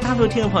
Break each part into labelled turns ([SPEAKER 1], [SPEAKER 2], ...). [SPEAKER 1] 大陆听众朋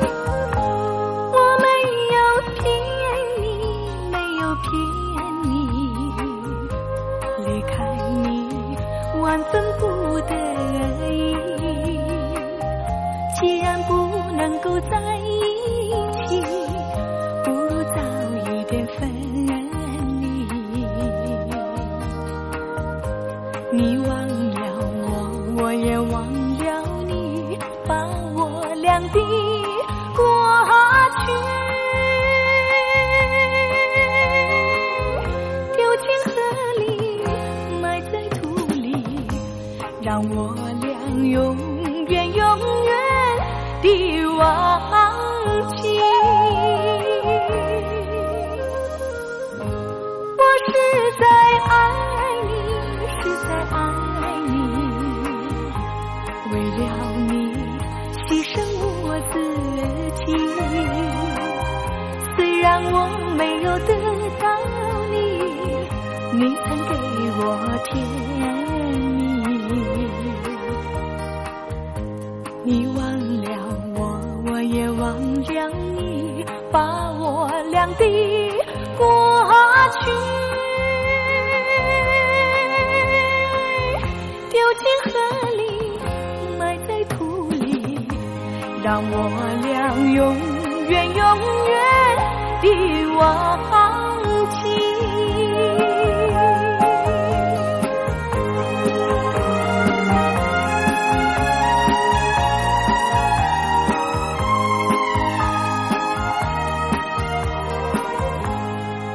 [SPEAKER 2] 我没有骗你，没有骗你，离开你万分不得已。既然不能够在一起，不如早一点分离。你忘了我，我也忘了你，把我俩的过去丢进河里，埋在土里，让我俩永远永远地忘记。意。虽然我没有得到你，你曾给我甜蜜。你忘了我，我也忘了你，把我俩的过去丢进河里，埋在土里，让我俩永远永远地忘记。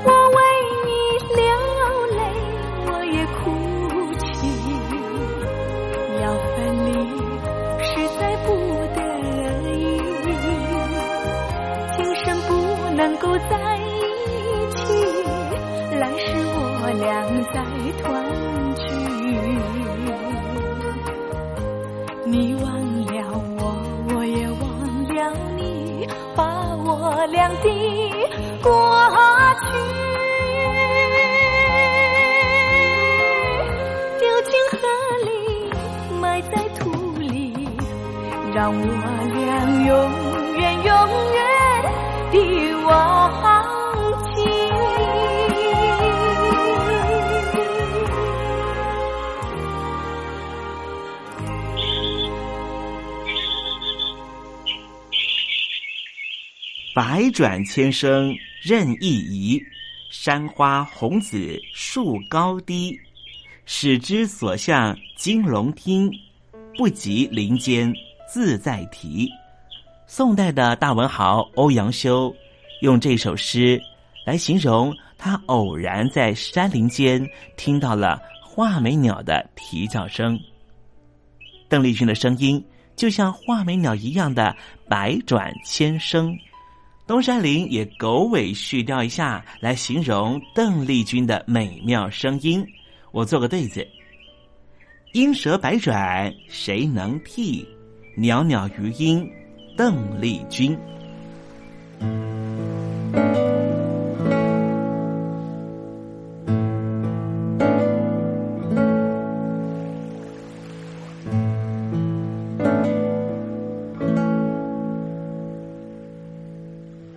[SPEAKER 2] 我为你流泪，我也哭泣。要分离，实在不得已。今生不能够在一起，来世我俩再团聚。你忘了我，我也忘了你，把我俩的过去。丢进河里，埋在土里，让我俩永远永远地忘记。
[SPEAKER 1] 百转千声任意移，山花红紫树高低。使之所向金龙听，不及林间自在啼。宋代的大文豪欧阳修用这首诗来形容他偶然在山林间听到了画眉鸟的啼叫声。邓丽君的声音就像画眉鸟一样的百转千声。东山林也狗尾续貂一下来形容邓丽君的美妙声音。我做个对子：鹰蛇百转谁能替？袅袅余音，邓丽君。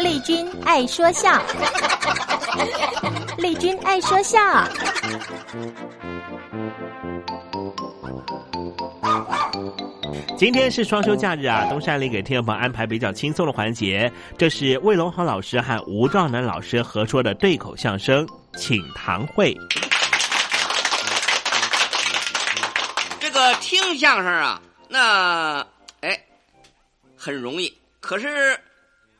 [SPEAKER 3] 丽君爱说笑， 丽君爱说笑。
[SPEAKER 1] 今天是双休假日啊，东山林给听众朋友安排比较轻松的环节，这是魏龙豪老师和吴兆南老师合说的对口相声《请堂会》。
[SPEAKER 4] 这个听相声啊，那哎很容易，可是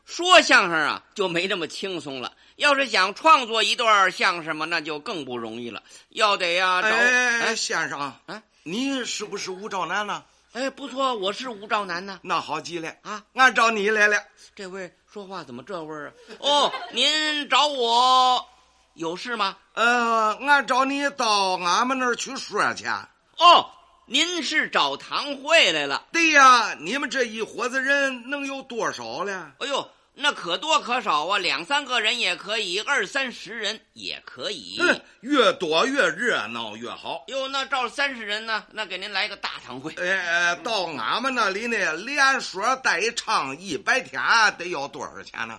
[SPEAKER 4] 说相声啊就没这么轻松了。要是想创作一段相声嘛，那就更不容易了，要得呀、找
[SPEAKER 5] 哎，
[SPEAKER 4] 哎
[SPEAKER 5] 先生，
[SPEAKER 4] 哎，
[SPEAKER 5] 你是不是吴兆南呢？
[SPEAKER 4] 哎，不错，我是吴兆南呢。
[SPEAKER 5] 那好极了
[SPEAKER 4] 啊，
[SPEAKER 5] 俺找你来了。
[SPEAKER 4] 这位说话怎么这味儿啊？哦，您找我有事吗？
[SPEAKER 5] 呃，俺找你到俺们那儿去说去。
[SPEAKER 4] 哦，您是找堂会来了。
[SPEAKER 5] 对呀，你们这一伙子人能有多少了？
[SPEAKER 4] 哎呦，那可多可少啊，两三个人也可以，二三十人也可以。
[SPEAKER 5] 嗯，越多越热闹越好。
[SPEAKER 4] 哟，那照三十人呢？那给您来个大堂会。
[SPEAKER 2] 哎
[SPEAKER 5] 呃，到俺们那里呢，连说带唱一百天得要多少钱呢？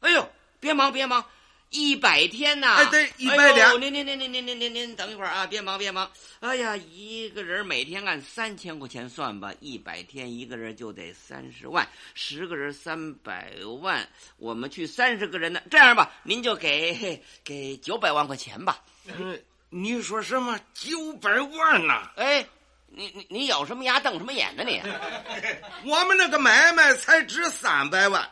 [SPEAKER 4] 哎呦，别忙别忙，一百天呐、
[SPEAKER 5] 哎对100天
[SPEAKER 4] 哎呦您您您您您您您您等一会儿啊，别忙别忙。哎呀，一个人每天按三千块钱算吧，一百天一个人就得三十万，十个人三百万，我们去三十个人呢。这样吧，您就给给九百万块钱吧。
[SPEAKER 5] 嗯，你说什么九百万呢？
[SPEAKER 4] 哎，你你你咬什么牙瞪什么眼呢你？
[SPEAKER 5] 我们那个买卖才值三百万，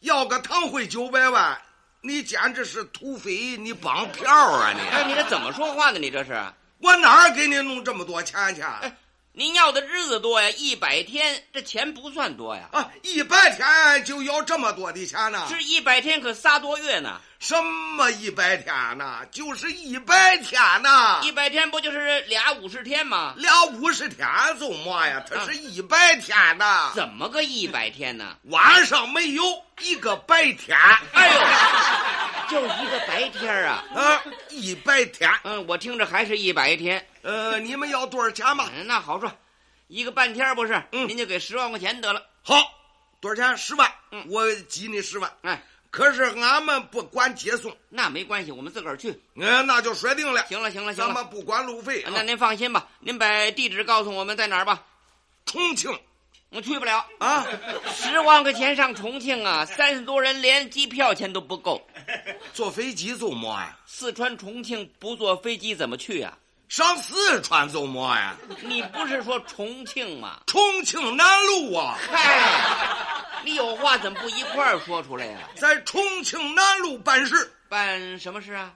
[SPEAKER 2] 要个堂会九百万，你简直是土匪，你绑票啊你！
[SPEAKER 4] 哎，你这怎么说话呢？你这是？
[SPEAKER 2] 我哪儿给你弄这么多钱去？哎
[SPEAKER 4] 您要的日子多呀，一百天这钱不算多呀。
[SPEAKER 2] 啊，一百天就要这么多的钱呢？
[SPEAKER 4] 是一百天可仨多月呢。
[SPEAKER 2] 什么一百天呢？就是一百天呢。
[SPEAKER 4] 一百天不就是俩五十天吗？
[SPEAKER 2] 俩五十天怎么呀？它
[SPEAKER 4] 啊
[SPEAKER 2] 是一百天呢、啊。
[SPEAKER 4] 怎么个一百天呢？
[SPEAKER 2] 晚上没有一个白天。
[SPEAKER 4] 哎呦，就一个白天啊！
[SPEAKER 2] 啊，一百天。
[SPEAKER 4] 嗯，我听着还是一百天。嗯
[SPEAKER 2] 呃，你们要多少钱吧？
[SPEAKER 4] 那好说，一个半天不是？嗯，您就给十万块钱得了。
[SPEAKER 2] 好，多少钱？十万。嗯，我给你十万。
[SPEAKER 4] 哎，
[SPEAKER 2] 可是俺们不管接送。
[SPEAKER 4] 那没关系，我们自个儿去。
[SPEAKER 2] 嗯，那就说定了。
[SPEAKER 4] 行了，行了，行
[SPEAKER 2] 了，咱们不管路费。
[SPEAKER 4] 那您放心吧，您把地址告诉我们在哪儿吧。
[SPEAKER 2] 重庆，
[SPEAKER 4] 我去不了
[SPEAKER 2] 啊！
[SPEAKER 4] 十万块钱上重庆啊，三十多人连机票钱都不够。
[SPEAKER 2] 坐飞机走么呀？
[SPEAKER 4] 四川重庆不坐飞机怎么去呀、啊？
[SPEAKER 2] 上四川走么呀？
[SPEAKER 4] 你不是说重庆吗？
[SPEAKER 2] 重庆南路啊！
[SPEAKER 4] 嗨，你有哎话怎么不一块儿说出来呀、啊？
[SPEAKER 2] 在重庆南路办事，
[SPEAKER 4] 办什么事啊？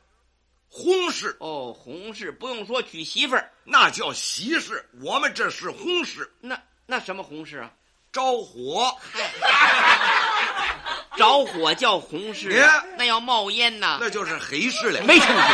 [SPEAKER 2] 婚事
[SPEAKER 4] 哦，红事不用说，娶媳妇儿
[SPEAKER 2] 那叫喜事，我们这是红事。
[SPEAKER 4] 那那什么红事啊？
[SPEAKER 2] 着火，
[SPEAKER 4] 着火叫红事、啊，那要冒烟呐，
[SPEAKER 2] 那就是黑事了。
[SPEAKER 4] 没听见。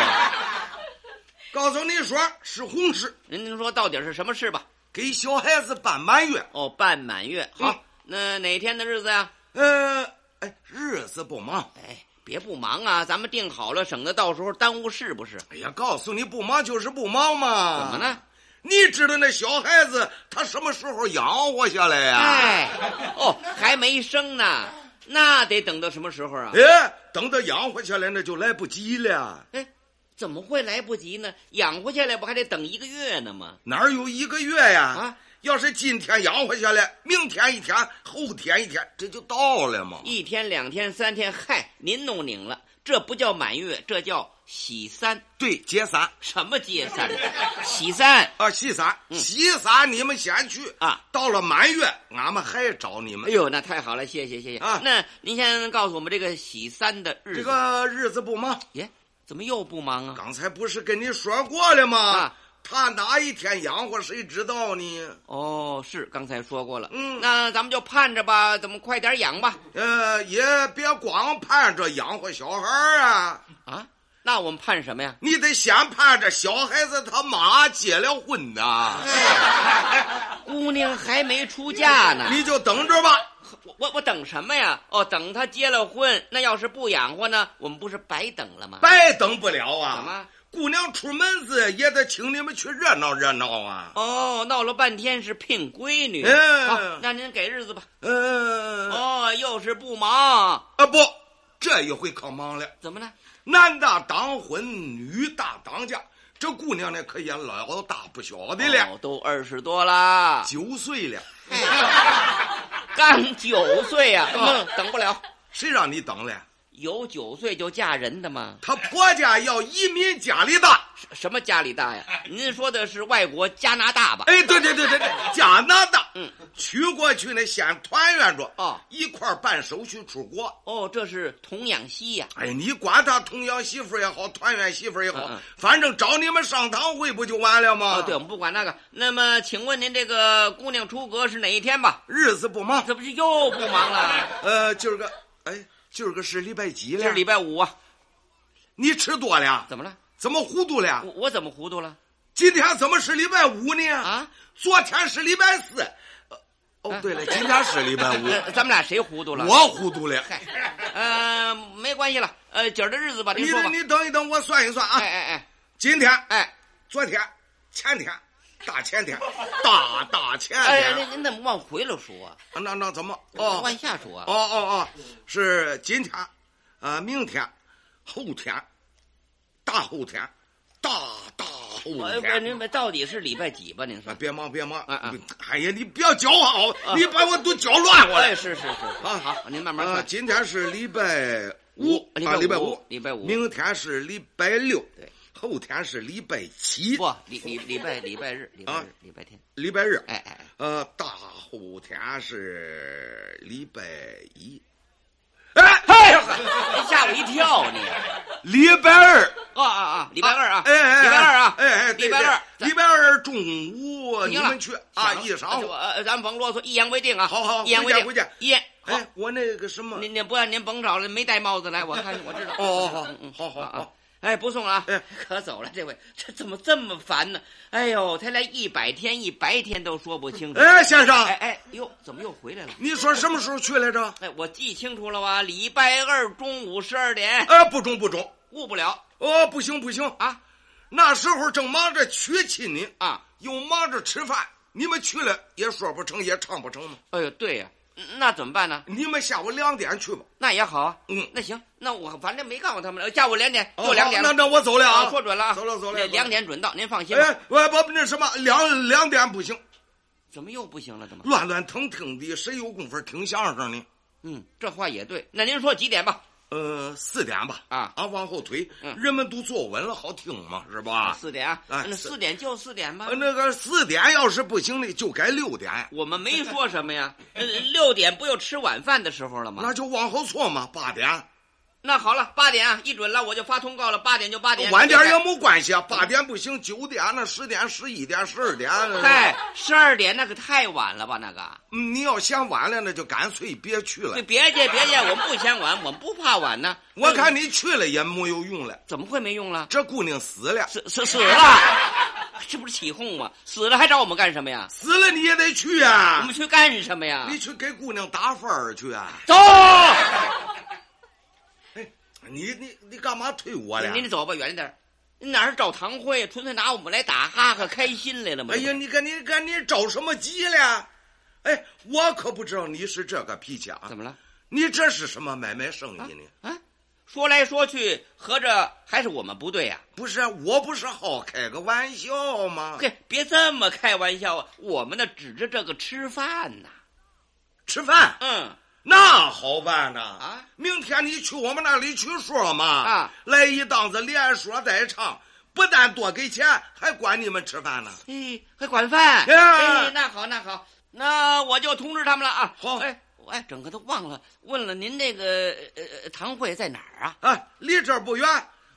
[SPEAKER 2] 告诉你说是红事，
[SPEAKER 4] 您说到底是什么事吧？
[SPEAKER 2] 给小孩子办满月
[SPEAKER 4] 哦，办满月好、嗯。那哪天的日子呀、啊？
[SPEAKER 2] 呃，哎，日子不忙，
[SPEAKER 4] 哎，别不忙啊，咱们定好了，省得到时候耽误事不是？
[SPEAKER 2] 哎呀，告诉你不忙就是不忙嘛。
[SPEAKER 4] 怎么呢？
[SPEAKER 2] 你知道那小孩子他什么时候养活下来呀、
[SPEAKER 4] 啊？哎，哦，还没生呢，那得等到什么时候啊？
[SPEAKER 2] 哎，等到养活下来那就来不及了。
[SPEAKER 4] 哎。怎么会来不及呢？养活下来不还得等一个月呢吗？
[SPEAKER 2] 哪有一个月呀？啊，要是今天养活下来，明天一天，后天一天，这就到了嘛。
[SPEAKER 4] 一天、两天、三天，嗨，您弄拧了，这不叫满月，这叫喜三。
[SPEAKER 2] 对，接三。
[SPEAKER 4] 什么接三？喜三
[SPEAKER 2] 啊，喜三，喜三，你们先去
[SPEAKER 4] 嗯啊。
[SPEAKER 2] 到了满月，俺们还找你们。
[SPEAKER 4] 哎呦，那太好了，谢谢谢谢
[SPEAKER 2] 啊。
[SPEAKER 4] 那您先告诉我们这个喜三的日子。
[SPEAKER 2] 这个日子不忙
[SPEAKER 4] 耶。怎么又不忙啊？
[SPEAKER 2] 刚才不是跟你说过了吗？
[SPEAKER 4] 啊，
[SPEAKER 2] 他哪一天养活谁知道呢？
[SPEAKER 4] 哦，是刚才说过了。
[SPEAKER 2] 嗯，
[SPEAKER 4] 那咱们就盼着吧，咱们快点养吧。
[SPEAKER 2] 呃，也别光盼着养活小孩啊。
[SPEAKER 4] 啊，那我们盼什么呀？
[SPEAKER 2] 你得先盼着小孩子他妈结了婚呐、
[SPEAKER 4] 哎。姑娘还没出嫁呢，
[SPEAKER 2] 你就等着吧。
[SPEAKER 4] 我我我等什么呀？哦，等他结了婚，那要是不养活呢，我们不是白等了吗？
[SPEAKER 2] 白等不了
[SPEAKER 4] 啊！怎么？
[SPEAKER 2] 姑娘出门子也得请你们去热闹热闹啊！
[SPEAKER 4] 哦，闹了半天是聘闺女。
[SPEAKER 2] 嗯，
[SPEAKER 4] 好，那您给日子吧。
[SPEAKER 2] 嗯，
[SPEAKER 4] 哦，又是不忙
[SPEAKER 2] 啊？不，这一回可忙了。
[SPEAKER 4] 怎么呢？
[SPEAKER 2] 男大当婚，女大当嫁。这姑娘呢，可也老大不小的了，
[SPEAKER 4] 哦、都二十多啦，
[SPEAKER 2] 九岁了，
[SPEAKER 4] 刚九岁呀、啊哦，等不了。
[SPEAKER 2] 谁让你等了？
[SPEAKER 4] 有九岁就嫁人的吗？
[SPEAKER 2] 她婆家要移民加拿大，
[SPEAKER 4] 什么加拿大呀？您说的是外国加拿大吧？
[SPEAKER 2] 哎，对对对对对，加拿大。
[SPEAKER 4] 嗯，
[SPEAKER 2] 娶过去呢，先团圆着
[SPEAKER 4] 哦，
[SPEAKER 2] 一块办手续出国。
[SPEAKER 4] 哦，这是童养媳呀、啊。
[SPEAKER 2] 哎，你管他童养媳妇也好，团圆媳妇也好、嗯嗯，反正找你们上堂会不就完了吗？
[SPEAKER 4] 哦，对，我们不管那个。那么，请问您这个姑娘出阁是哪一天吧？
[SPEAKER 2] 日子不忙，
[SPEAKER 4] 这不是又不忙了？
[SPEAKER 2] 呃，今、就、儿、是、个，哎。今、就、儿、是、个是礼拜几了？
[SPEAKER 4] 是礼拜五啊！
[SPEAKER 2] 你吃多了？
[SPEAKER 4] 怎么了？
[SPEAKER 2] 怎么糊涂了？
[SPEAKER 4] 我我怎么糊涂了？
[SPEAKER 2] 今天怎么是礼拜五呢？
[SPEAKER 4] 啊！
[SPEAKER 2] 昨天是礼拜四。哦，对了，今天是礼拜五。
[SPEAKER 4] 呃、咱们俩谁糊涂了？
[SPEAKER 2] 我糊涂了。
[SPEAKER 4] 嗨，呃，没关系了。呃，今儿的日子吧，您说吧。
[SPEAKER 2] 你你等一等，我算一算啊。
[SPEAKER 4] 哎哎哎，
[SPEAKER 2] 今天
[SPEAKER 4] 哎，
[SPEAKER 2] 昨天，前天。大前天，大大前天。
[SPEAKER 4] 哎，您怎么往回了说、啊？
[SPEAKER 2] 那那怎么？哦，
[SPEAKER 4] 往下说、啊。
[SPEAKER 2] 哦哦哦，是今天，呃，明天，后天，大后天，大大后天。
[SPEAKER 4] 哎，您到底是礼拜几吧？您说。
[SPEAKER 2] 别忙，别忙。
[SPEAKER 4] 啊啊！
[SPEAKER 2] 哎呀，你不要搅好、啊，你把我都搅乱了。
[SPEAKER 4] 哎，是是是。啊，好，您慢慢看。
[SPEAKER 2] 今天是礼拜
[SPEAKER 4] 五
[SPEAKER 2] 啊，礼拜
[SPEAKER 4] 五，礼拜五。
[SPEAKER 2] 明天是礼拜六。
[SPEAKER 4] 对。
[SPEAKER 2] 后天是礼拜七，啊
[SPEAKER 4] 不礼礼礼拜礼拜日，礼拜日礼拜天，
[SPEAKER 2] 礼拜日，
[SPEAKER 4] 哎哎，
[SPEAKER 2] 呃，大后天是礼拜一，哎。
[SPEAKER 4] 哎吓我一跳你！
[SPEAKER 5] 礼拜二
[SPEAKER 4] 啊啊啊！礼拜二啊！
[SPEAKER 5] 哎哎，
[SPEAKER 4] 礼拜二啊！
[SPEAKER 5] 哎哎，
[SPEAKER 4] 礼拜二，
[SPEAKER 5] 礼拜二中午你
[SPEAKER 4] 行了
[SPEAKER 5] 们去啊，
[SPEAKER 4] 行了
[SPEAKER 5] 一晌午。
[SPEAKER 4] 呃，咱甭啰嗦，一言为定啊！
[SPEAKER 5] 好好
[SPEAKER 4] 一言
[SPEAKER 5] 回
[SPEAKER 4] 为定，
[SPEAKER 5] 见回见
[SPEAKER 4] 一言。好
[SPEAKER 5] 哎，我那个什么，
[SPEAKER 4] 您您不要您甭找了，没戴帽子来，我 看我知道。
[SPEAKER 5] 哦，好
[SPEAKER 4] 嗯嗯
[SPEAKER 5] 好好
[SPEAKER 4] 啊啊
[SPEAKER 5] 好，
[SPEAKER 4] 哎，不送了啊！可走了，这位这怎么这么烦呢？哎呦，才来一百天，一白天都说不清楚。
[SPEAKER 5] 哎先生
[SPEAKER 4] 哎哎，哟，怎么又回来了？
[SPEAKER 5] 你说什么时候去来着？
[SPEAKER 4] 哎，我记清楚了哇，礼拜二中午十二点，
[SPEAKER 5] 啊，不中不中，
[SPEAKER 4] 误不了。
[SPEAKER 5] 哦，不行不行
[SPEAKER 4] 啊，
[SPEAKER 5] 那时候正忙着娶亲呢
[SPEAKER 4] 啊，
[SPEAKER 5] 又忙着吃饭，你们去了也说不成，也唱不成嘛。
[SPEAKER 4] 哎呦，对呀、那怎么办呢？
[SPEAKER 5] 你们下午两点去吧。
[SPEAKER 4] 那也好啊。
[SPEAKER 5] 嗯哦
[SPEAKER 4] 那行，那我反正没告诉他们了，下午两点，就两点
[SPEAKER 5] 那
[SPEAKER 4] 了。
[SPEAKER 5] 那我走了啊，
[SPEAKER 4] 说准了啊，
[SPEAKER 5] 走了走了，
[SPEAKER 4] 两两。点准到，您放心吧。
[SPEAKER 5] 哎，我不那什么，两两点不行，
[SPEAKER 4] 怎么又不行了？怎么？
[SPEAKER 5] 乱乱腾腾的，谁有功夫听相声呢？
[SPEAKER 4] 嗯，这话也对。那您说几点吧？
[SPEAKER 5] 呃，四点吧，
[SPEAKER 4] 啊
[SPEAKER 5] 啊，往后推，
[SPEAKER 4] 嗯
[SPEAKER 5] 人们都坐稳了，好听嘛，是吧？
[SPEAKER 4] 四点啊，
[SPEAKER 5] 哎
[SPEAKER 4] 那
[SPEAKER 5] 四
[SPEAKER 4] 四点就四点吧
[SPEAKER 5] 呃。那个四点要是不行呢，就改六点，
[SPEAKER 4] 我们没说什么呀。呃六点不又吃晚饭的时候了吗
[SPEAKER 5] 那？就往后错嘛，八点，
[SPEAKER 4] 那好了，八点啊，一准了，我就发通告了。八点就八点，
[SPEAKER 5] 晚点也没关系啊，八点不行，九点那十点、十一点、十二点，
[SPEAKER 4] 嗨，十二点那可太晚了吧？那个，
[SPEAKER 5] 嗯，你要嫌晚了，那就干脆别去了
[SPEAKER 4] 别。别介别介，我们不嫌晚，我们不怕晚呢。
[SPEAKER 5] 我
[SPEAKER 4] 嗯
[SPEAKER 5] 看你去了也没有用了，
[SPEAKER 4] 怎么会没用了？
[SPEAKER 5] 这姑娘死了，
[SPEAKER 4] 死死死了，啊这不是起哄吗？死了还找我们干什么呀？
[SPEAKER 5] 死了你也得去
[SPEAKER 4] 我
[SPEAKER 5] 啊
[SPEAKER 4] 们，去干什么呀？
[SPEAKER 5] 你去给姑娘打分儿去啊。
[SPEAKER 4] 走，
[SPEAKER 5] 哎，你你你干嘛推我俩？
[SPEAKER 4] 您您走吧，远点儿。你哪是找堂会？纯粹拿我们来打哈哈开心来了吗？
[SPEAKER 5] 哎呀，你看你看你着什么急了？哎，我可不知道你是这个脾气啊！
[SPEAKER 4] 怎么了？
[SPEAKER 5] 你这是什么买卖生意呢？
[SPEAKER 4] 啊，说来说去，合着还是我们不对呀、啊
[SPEAKER 5] 不是，啊我不是好开个玩笑吗？
[SPEAKER 4] 嘿，别这么开玩笑啊！我们呢指着这个吃饭呢、
[SPEAKER 5] 吃饭
[SPEAKER 4] 嗯，
[SPEAKER 5] 那好办呐！
[SPEAKER 4] 啊，
[SPEAKER 5] 明天你去我们那里去说嘛！
[SPEAKER 4] 啊，
[SPEAKER 5] 来一档子连说带唱，不但多给钱，还管你们吃饭呢。
[SPEAKER 4] 嘿，还管饭。
[SPEAKER 5] 呀
[SPEAKER 4] 哎，那好，那好，那我就通知他们了啊。
[SPEAKER 5] 好
[SPEAKER 4] 哎，我哎，整个都忘了问了您这个呃呃堂会在哪儿啊？
[SPEAKER 5] 啊，离这儿不远，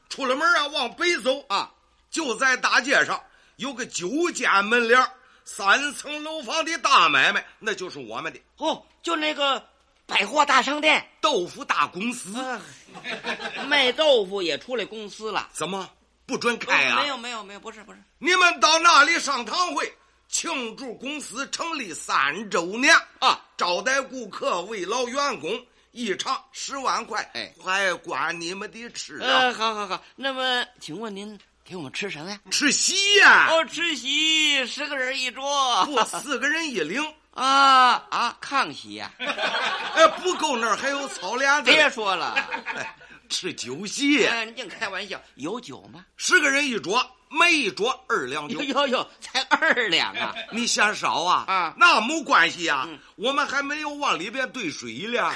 [SPEAKER 5] 出了门啊，往北走
[SPEAKER 4] 啊，
[SPEAKER 5] 就在大街上有个九间门帘儿三层楼房的大买卖，那就是我们的
[SPEAKER 4] 哦，就那个百货大商店。
[SPEAKER 5] 豆腐大公司。
[SPEAKER 4] 啊，卖豆腐也出来公司了。
[SPEAKER 5] 怎么不准开啊？
[SPEAKER 4] 没有，没有没有，不是不是，
[SPEAKER 5] 你们到那里上堂会，庆祝公司成立三周年
[SPEAKER 4] 啊！
[SPEAKER 5] 招待顾客，慰劳员工，一场十万块，
[SPEAKER 4] 哎
[SPEAKER 5] 还管你们的吃啊，
[SPEAKER 4] 呃，好好好，那么请问您给我们吃什么呀？
[SPEAKER 5] 吃席呀、
[SPEAKER 4] 哦，吃席十个人一桌，
[SPEAKER 5] 不，四个人一领，
[SPEAKER 4] 啊啊，炕席呀、
[SPEAKER 5] 哎，不够那儿还有草帘子，
[SPEAKER 4] 别说了，
[SPEAKER 5] 哎吃酒席。
[SPEAKER 4] 哎您净开玩笑，有酒吗？
[SPEAKER 5] 十个人一桌，每一桌二两酒
[SPEAKER 4] 有。有有，才二两啊！
[SPEAKER 5] 你嫌少啊？
[SPEAKER 4] 啊
[SPEAKER 5] 那没关系呀、
[SPEAKER 4] 嗯
[SPEAKER 5] 我们还没有往里边兑水呢。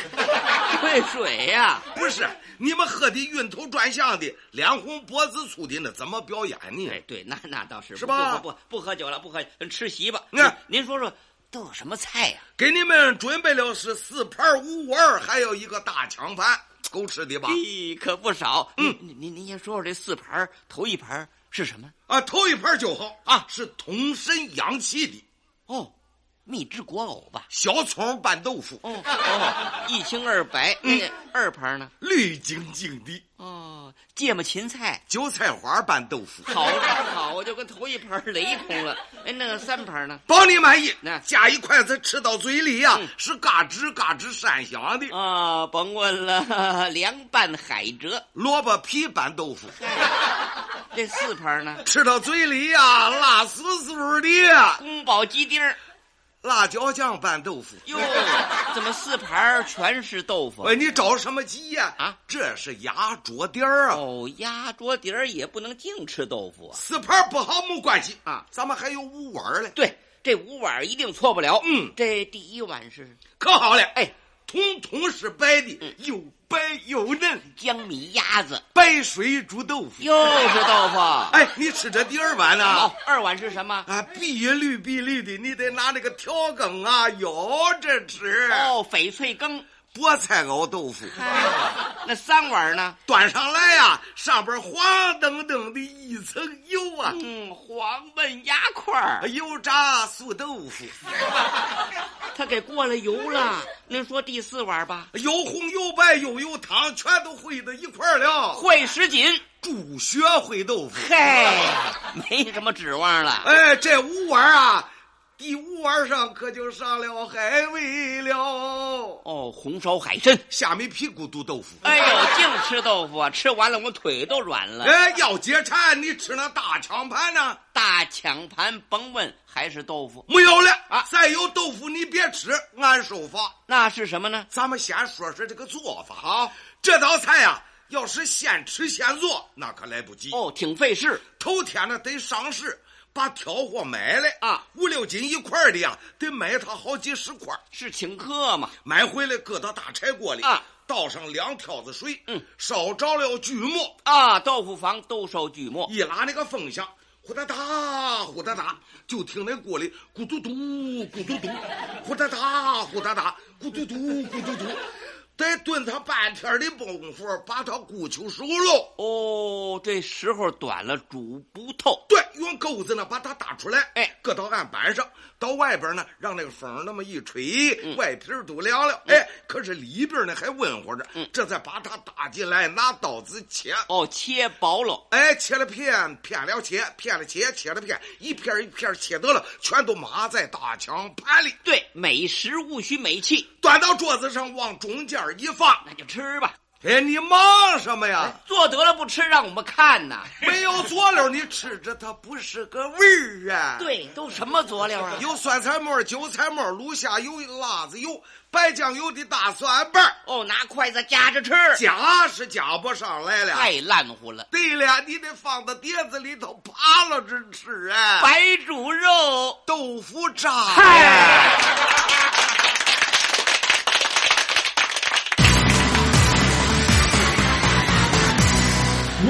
[SPEAKER 4] 兑水呀、
[SPEAKER 5] 不是，你们喝的晕头转向的，脸红脖子粗的，那怎么表演呢？
[SPEAKER 4] 哎，对，那那倒是
[SPEAKER 5] 是吧
[SPEAKER 4] 不不不不喝酒了，不喝吃席吧。
[SPEAKER 5] 那
[SPEAKER 4] 您说说都有什么菜呀、
[SPEAKER 5] 给你们准备了是四盘五五二，还有一个大抢盘，够吃的吧？
[SPEAKER 4] 咦，可不少。
[SPEAKER 5] 嗯
[SPEAKER 4] 您您您先说说这四盘儿头一盘儿是什么？
[SPEAKER 5] 啊，头一盘就好
[SPEAKER 4] 啊
[SPEAKER 5] 是通参养气的
[SPEAKER 4] 哦，蜜汁果藕吧。
[SPEAKER 5] 小葱拌豆腐，嗯
[SPEAKER 4] 哦哦，一清二白。那个二盘呢？
[SPEAKER 5] 绿晶晶的
[SPEAKER 4] 哦，芥末芹菜。
[SPEAKER 5] 韭菜花拌豆腐，
[SPEAKER 4] 好啊好啊，就跟头一盘儿雷同了。哎，那个三盘呢？
[SPEAKER 5] 保你满意
[SPEAKER 4] 那，
[SPEAKER 5] 夹一筷子吃到嘴里呀、
[SPEAKER 4] 嗯
[SPEAKER 5] 是嘎吱嘎吱山香的。
[SPEAKER 4] 啊，甭问了， 凉拌海蜇。
[SPEAKER 5] 萝卜皮拌豆腐，
[SPEAKER 4] 这四盘呢？
[SPEAKER 5] 吃到嘴里呀、辣酥酥的。
[SPEAKER 4] 宫保鸡丁儿。
[SPEAKER 5] 辣椒酱拌豆腐，
[SPEAKER 4] 哟，怎么四盘儿全是豆腐？
[SPEAKER 5] 喂，你找什么急呀、
[SPEAKER 4] 啊
[SPEAKER 5] 这是压桌底儿啊。
[SPEAKER 4] 哦，鸭桌底儿也不能净吃豆腐啊。
[SPEAKER 5] 四盘不好没关系
[SPEAKER 4] 啊
[SPEAKER 5] 咱们还有五碗嘞，
[SPEAKER 4] 对，这五碗一定错不了。
[SPEAKER 5] 嗯
[SPEAKER 4] 这第一碗是
[SPEAKER 5] 可好了，
[SPEAKER 4] 哎，
[SPEAKER 5] 统统是白的，又白又嫩，
[SPEAKER 4] 江米鸭子，
[SPEAKER 5] 白水煮豆腐。
[SPEAKER 4] 又是豆腐。哎，
[SPEAKER 5] 哎，你吃这第二碗呢、
[SPEAKER 4] 好，二碗是什么？
[SPEAKER 5] 啊，碧绿碧绿的，你得拿那个调羹啊舀着吃。
[SPEAKER 4] 哦，翡翠羹。
[SPEAKER 2] 菠菜熬豆腐。
[SPEAKER 6] 那三碗呢？
[SPEAKER 2] 端上来呀、上边黄澄澄的一层油啊，
[SPEAKER 6] 嗯，黄焖鸭块儿，
[SPEAKER 2] 油炸素豆腐，
[SPEAKER 6] 他给过了油了。您说第四碗吧，
[SPEAKER 2] 有红有白又有汤，全都烩到一块儿了。
[SPEAKER 6] 烩什锦，
[SPEAKER 2] 猪血烩豆腐。
[SPEAKER 6] 嘿，没什么指望了。
[SPEAKER 2] 哎，这五碗啊，第五碗上可就上了海味了。哦，
[SPEAKER 6] 红烧海参，
[SPEAKER 2] 下面屁股肚豆腐。
[SPEAKER 6] 哎呦，净吃豆腐啊！吃完了我腿都软了。
[SPEAKER 2] 哎，要解馋，你吃那大抢盘呢、
[SPEAKER 6] 大抢盘甭问，还是豆腐。
[SPEAKER 2] 没有了
[SPEAKER 6] 啊
[SPEAKER 2] 再有豆腐你别吃，按手法。
[SPEAKER 6] 那是什么呢？
[SPEAKER 2] 咱们先说说这个做法。
[SPEAKER 6] 好，
[SPEAKER 2] 这道菜呀、要是现吃现做，那可来不及。
[SPEAKER 6] 哦，挺费事。
[SPEAKER 2] 头天呢得上市，把挑货买来
[SPEAKER 6] 啊，
[SPEAKER 2] 五六斤一块儿的呀，得买它好几十块儿。
[SPEAKER 6] 是请客嘛？
[SPEAKER 2] 买回来搁到大柴锅里
[SPEAKER 6] 啊，
[SPEAKER 2] 倒上两挑子水，
[SPEAKER 6] 嗯，
[SPEAKER 2] 烧着了锯末，
[SPEAKER 6] 啊，豆腐房都烧锯末，
[SPEAKER 2] 一拉那个风箱，呼哒哒，呼哒哒，就听那锅里咕嘟嘟，咕嘟嘟，呼哒哒，呼哒哒，咕嘟嘟，咕嘟嘟，得炖它半天的功夫，把它咕出熟喽。
[SPEAKER 6] 哦，这时候短了，煮不透。
[SPEAKER 2] 对，用钩子呢把它打出来，
[SPEAKER 6] 哎
[SPEAKER 2] 搁到案板上，到外边呢让那个风那么一吹，
[SPEAKER 6] 嗯
[SPEAKER 2] 外皮儿都凉了，哎，可是里边呢还温乎着，
[SPEAKER 6] 嗯
[SPEAKER 2] 这再把它打进来，拿刀子切，
[SPEAKER 6] 哦，切薄了。
[SPEAKER 2] 哎，切了片，片了切，片了切，切了片，一片儿一片儿切得了，全都码在大墙盘里，
[SPEAKER 6] 对，美食勿需美器，
[SPEAKER 2] 端到桌子上往中间一放。
[SPEAKER 6] 那就吃吧。
[SPEAKER 2] 哎，你忙什么呀？
[SPEAKER 6] 做得了不吃，让我们看呐。
[SPEAKER 2] 没 有佐料，你吃着它不是个味儿啊。。
[SPEAKER 6] 对，都什么佐料啊？
[SPEAKER 2] 有酸菜末、韭菜末、卤虾油、辣子油、白酱油的大蒜瓣儿，
[SPEAKER 6] 哦，拿筷子夹着吃，
[SPEAKER 2] 夹是夹不上来了。
[SPEAKER 6] 太烂乎了。
[SPEAKER 2] 对了，你得放到碟子里头扒拉着吃啊。
[SPEAKER 6] 白煮肉，
[SPEAKER 2] 豆腐渣。
[SPEAKER 6] 嗨，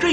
[SPEAKER 1] 这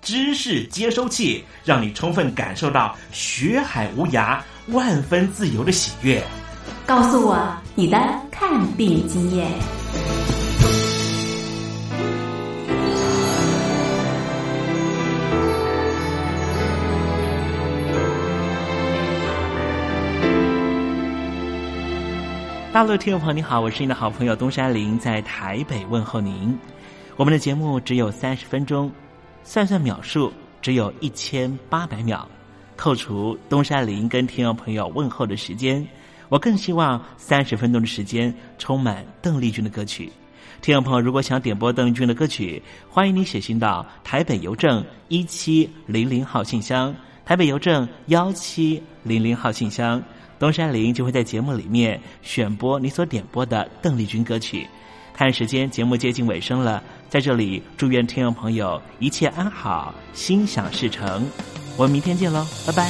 [SPEAKER 1] 知识接收器，让你充分感受到学海无涯、万分自由的喜悦。
[SPEAKER 7] 告诉我你的看病经验。
[SPEAKER 1] 大陆听众朋友，你好，我是你的好朋友东山林，在台北问候您。我们的节目只有三十分钟，算算秒数只有一千八百秒，扣除东山林跟听众朋友问候的时间，我更希望三十分钟的时间充满邓丽君的歌曲。听众朋友，如果想点播邓丽君的歌曲，欢迎你写信到台北邮政一七零零号信箱，台北邮政幺七零零号信箱。东山林就会在节目里面选播你所点播的邓丽君歌曲。看时间，节目接近尾声了，在这里祝愿听众朋友一切安好，心想事成。我们明天见喽，拜拜。